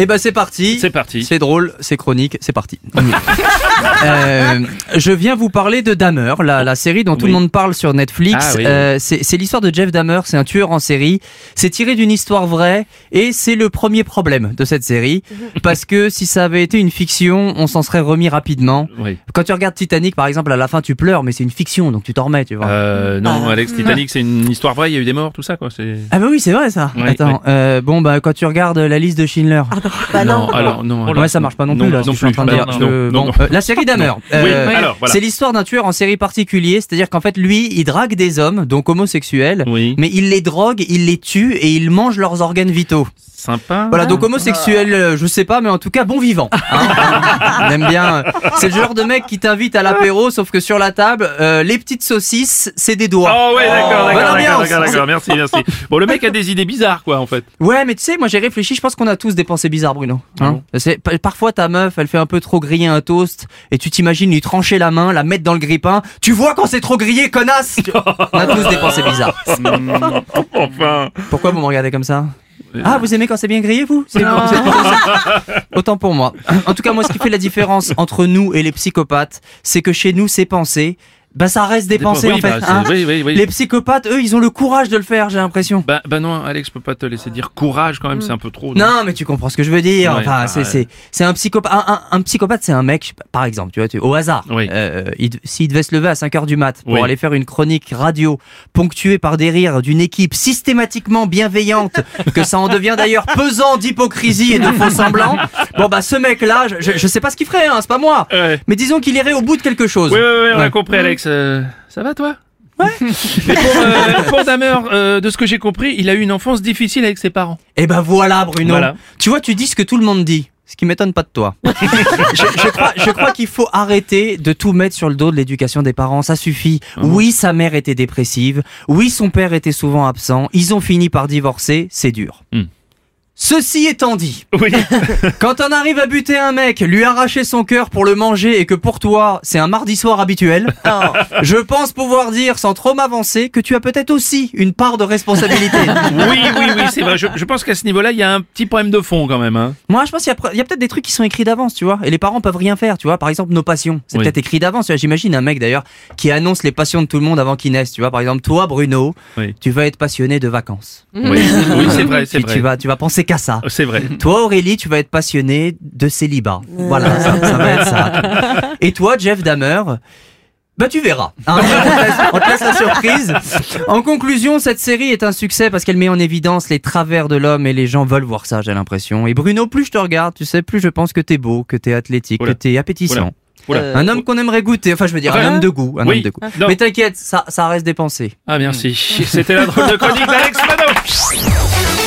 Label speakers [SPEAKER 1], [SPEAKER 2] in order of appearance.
[SPEAKER 1] Eh ben c'est parti.
[SPEAKER 2] C'est parti.
[SPEAKER 1] C'est drôle, c'est chronique, c'est parti. On y va. Euh, je viens vous parler de Dahmer, la, la série dont tout
[SPEAKER 2] Oui.
[SPEAKER 1] le monde parle sur Netflix.
[SPEAKER 2] Ah oui.
[SPEAKER 1] Euh, c'est c'est l'histoire de Jeff Dahmer, c'est un tueur en série. C'est tiré d'une histoire vraie et c'est le premier problème de cette série parce que si ça avait été une fiction, on s'en serait remis rapidement.
[SPEAKER 2] Oui.
[SPEAKER 1] Quand tu regardes Titanic par exemple, à la fin tu pleures mais c'est une fiction donc tu t'en remets, tu vois.
[SPEAKER 2] Euh, non, Alex, Titanic, c'est une histoire vraie, il y a eu des morts, tout ça, quoi. C'est...
[SPEAKER 1] Ah bah oui, c'est vrai ça.
[SPEAKER 2] Oui,
[SPEAKER 1] Attends,
[SPEAKER 2] oui.
[SPEAKER 1] euh, bon bah quand tu regardes la liste de Schindler.
[SPEAKER 2] non, alors, non. alors,
[SPEAKER 1] ouais, ça marche pas non plus là. ce que je suis en train de
[SPEAKER 2] Bah,
[SPEAKER 1] dire.
[SPEAKER 2] Oh non,
[SPEAKER 1] Je-
[SPEAKER 2] non,
[SPEAKER 1] bon,
[SPEAKER 2] non.
[SPEAKER 1] euh, la série Dahmer. euh,
[SPEAKER 2] Oui, alors, voilà.
[SPEAKER 1] C'est l'histoire d'un tueur en série particulier, c'est-à-dire qu'en fait lui, il drague des hommes, donc homosexuels,
[SPEAKER 2] Oui.
[SPEAKER 1] mais il les drogue, il les tue et il mange leurs organes vitaux.
[SPEAKER 2] Sympa.
[SPEAKER 1] Voilà, donc homosexuel, euh, je sais pas, mais en tout cas bon vivant. hein. on aime bien. euh, C'est le genre de mec qui t'invite à l'apéro, sauf que sur la table, euh, les petites saucisses, c'est des doigts.
[SPEAKER 2] Oh, ouais, d'accord,
[SPEAKER 1] Bonne
[SPEAKER 2] d'accord, d'accord,
[SPEAKER 1] ambiance.
[SPEAKER 2] d'accord, d'accord, merci, merci. Bon, le mec a des idées bizarres, quoi, en fait.
[SPEAKER 1] Ouais, mais tu sais, moi j'ai réfléchi, je pense qu'on a tous des pensées bizarres, Bruno.
[SPEAKER 2] Ah
[SPEAKER 1] Hein C'est- pa- Parfois ta meuf, elle fait un peu trop griller un toast, et tu t'imagines lui trancher la main, la mettre dans le grippin. Tu vois quand c'est trop grillé, connasse Tu- On a tous des pensées bizarres.
[SPEAKER 2] Hmm. Enfin. Euh.
[SPEAKER 1] Pourquoi vous me regardez comme ça ah, vous aimez quand c'est bien grillé, vous C'est- c'est plutôt ça. Autant pour moi. En tout cas, moi, ce qui fait la différence entre nous et les psychopathes, c'est que chez nous, ces pensées, bah, ça reste des, pensées,
[SPEAKER 2] oui,
[SPEAKER 1] en fait.
[SPEAKER 2] bah, c'est-
[SPEAKER 1] hein.
[SPEAKER 2] oui, oui, oui.
[SPEAKER 1] Les psychopathes, eux, ils ont le courage de le faire, j'ai l'impression.
[SPEAKER 2] Bah, bah non, Alex, je peux pas te laisser dire courage quand même, c'est un peu trop.
[SPEAKER 1] Mm. Non, mais tu comprends ce que je veux dire.
[SPEAKER 2] Ouais,
[SPEAKER 1] enfin,
[SPEAKER 2] ah,
[SPEAKER 1] c'est
[SPEAKER 2] ouais.
[SPEAKER 1] c'est c'est un psychopathe. Un, un- un psychopathe, c'est un mec, par exemple, tu vois, tu, au hasard.
[SPEAKER 2] Oui.
[SPEAKER 1] Euh, il de- S'il devait se lever à 5 heures du mat pour
[SPEAKER 2] Oui.
[SPEAKER 1] aller faire une chronique radio ponctuée par des rires d'une équipe systématiquement bienveillante, que ça en devient d'ailleurs pesant d'hypocrisie et de faux semblants. Bon bah ce mec-là, je, je, je sais pas ce qu'il ferait, hein, c'est pas moi.
[SPEAKER 2] Ouais.
[SPEAKER 1] Mais disons qu'il irait au bout de quelque chose.
[SPEAKER 2] Oui, oui, oui, on a
[SPEAKER 1] Ouais. Mm.
[SPEAKER 2] compris, Alex. Euh, ça va, toi Ouais. Mais pour, euh, pour Dahmer, euh, de ce que j'ai compris, il a eu une enfance difficile avec ses parents.
[SPEAKER 1] Et ben voilà, Bruno.
[SPEAKER 2] Voilà.
[SPEAKER 1] Tu vois, tu dis ce que tout le monde dit. Ce qui m'étonne pas de toi. je, je crois, je crois qu'il faut arrêter de tout mettre sur le dos de l'éducation des parents. Ça suffit.
[SPEAKER 2] Ah
[SPEAKER 1] Oui, sa mère était dépressive. Oui, son père était souvent absent. Ils ont fini par divorcer. C'est dur.
[SPEAKER 2] Hmm.
[SPEAKER 1] Ceci étant dit,
[SPEAKER 2] Oui.
[SPEAKER 1] quand on arrive à buter un mec, lui arracher son cœur pour le manger et que pour toi, c'est un mardi soir habituel, je pense pouvoir dire sans trop m'avancer que tu as peut-être aussi une part de responsabilité.
[SPEAKER 2] Oui, oui, oui, c'est vrai. Je, je pense qu'à ce niveau-là, il y a un petit problème de fond quand même. Hein.
[SPEAKER 1] Moi, je pense qu'il y a, pre- il y a peut-être des trucs qui sont écrits d'avance, tu vois. Et les parents peuvent rien faire, tu vois. Par exemple, nos passions, c'est
[SPEAKER 2] Oui.
[SPEAKER 1] peut-être écrit d'avance. tu vois. J'imagine un mec d'ailleurs qui annonce les passions de tout le monde avant qu'ils naissent, tu vois. Par exemple, toi, Bruno,
[SPEAKER 2] Oui.
[SPEAKER 1] tu vas être passionné de vacances.
[SPEAKER 2] Oui, oui, c'est vrai, c'est
[SPEAKER 1] Tu-
[SPEAKER 2] vrai.
[SPEAKER 1] Tu vas, tu vas penser qu'à ça.
[SPEAKER 2] C'est vrai.
[SPEAKER 1] Toi, Aurélie, tu vas être passionnée de célibat. Voilà, ça, ça va être ça. Et toi, Jeff Dahmer, bah tu verras. hein. on, te laisse, on te laisse la surprise. En conclusion, cette série est un succès parce qu'elle met en évidence les travers de l'homme et les gens veulent voir ça, j'ai l'impression. Et Bruno, plus je te regarde, tu sais, plus je pense que t'es beau, que t'es athlétique,
[SPEAKER 2] Oula.
[SPEAKER 1] que t'es appétissant.
[SPEAKER 2] Oula.
[SPEAKER 1] Un homme qu'on aimerait goûter, enfin je veux dire,
[SPEAKER 2] Enfin,
[SPEAKER 1] un homme de goût. Un
[SPEAKER 2] oui.
[SPEAKER 1] homme de goût.
[SPEAKER 2] Non.
[SPEAKER 1] Mais t'inquiète, ça, ça reste des pensées.
[SPEAKER 2] Ah, merci. C'était la drôle de chronique d'Alex Mano.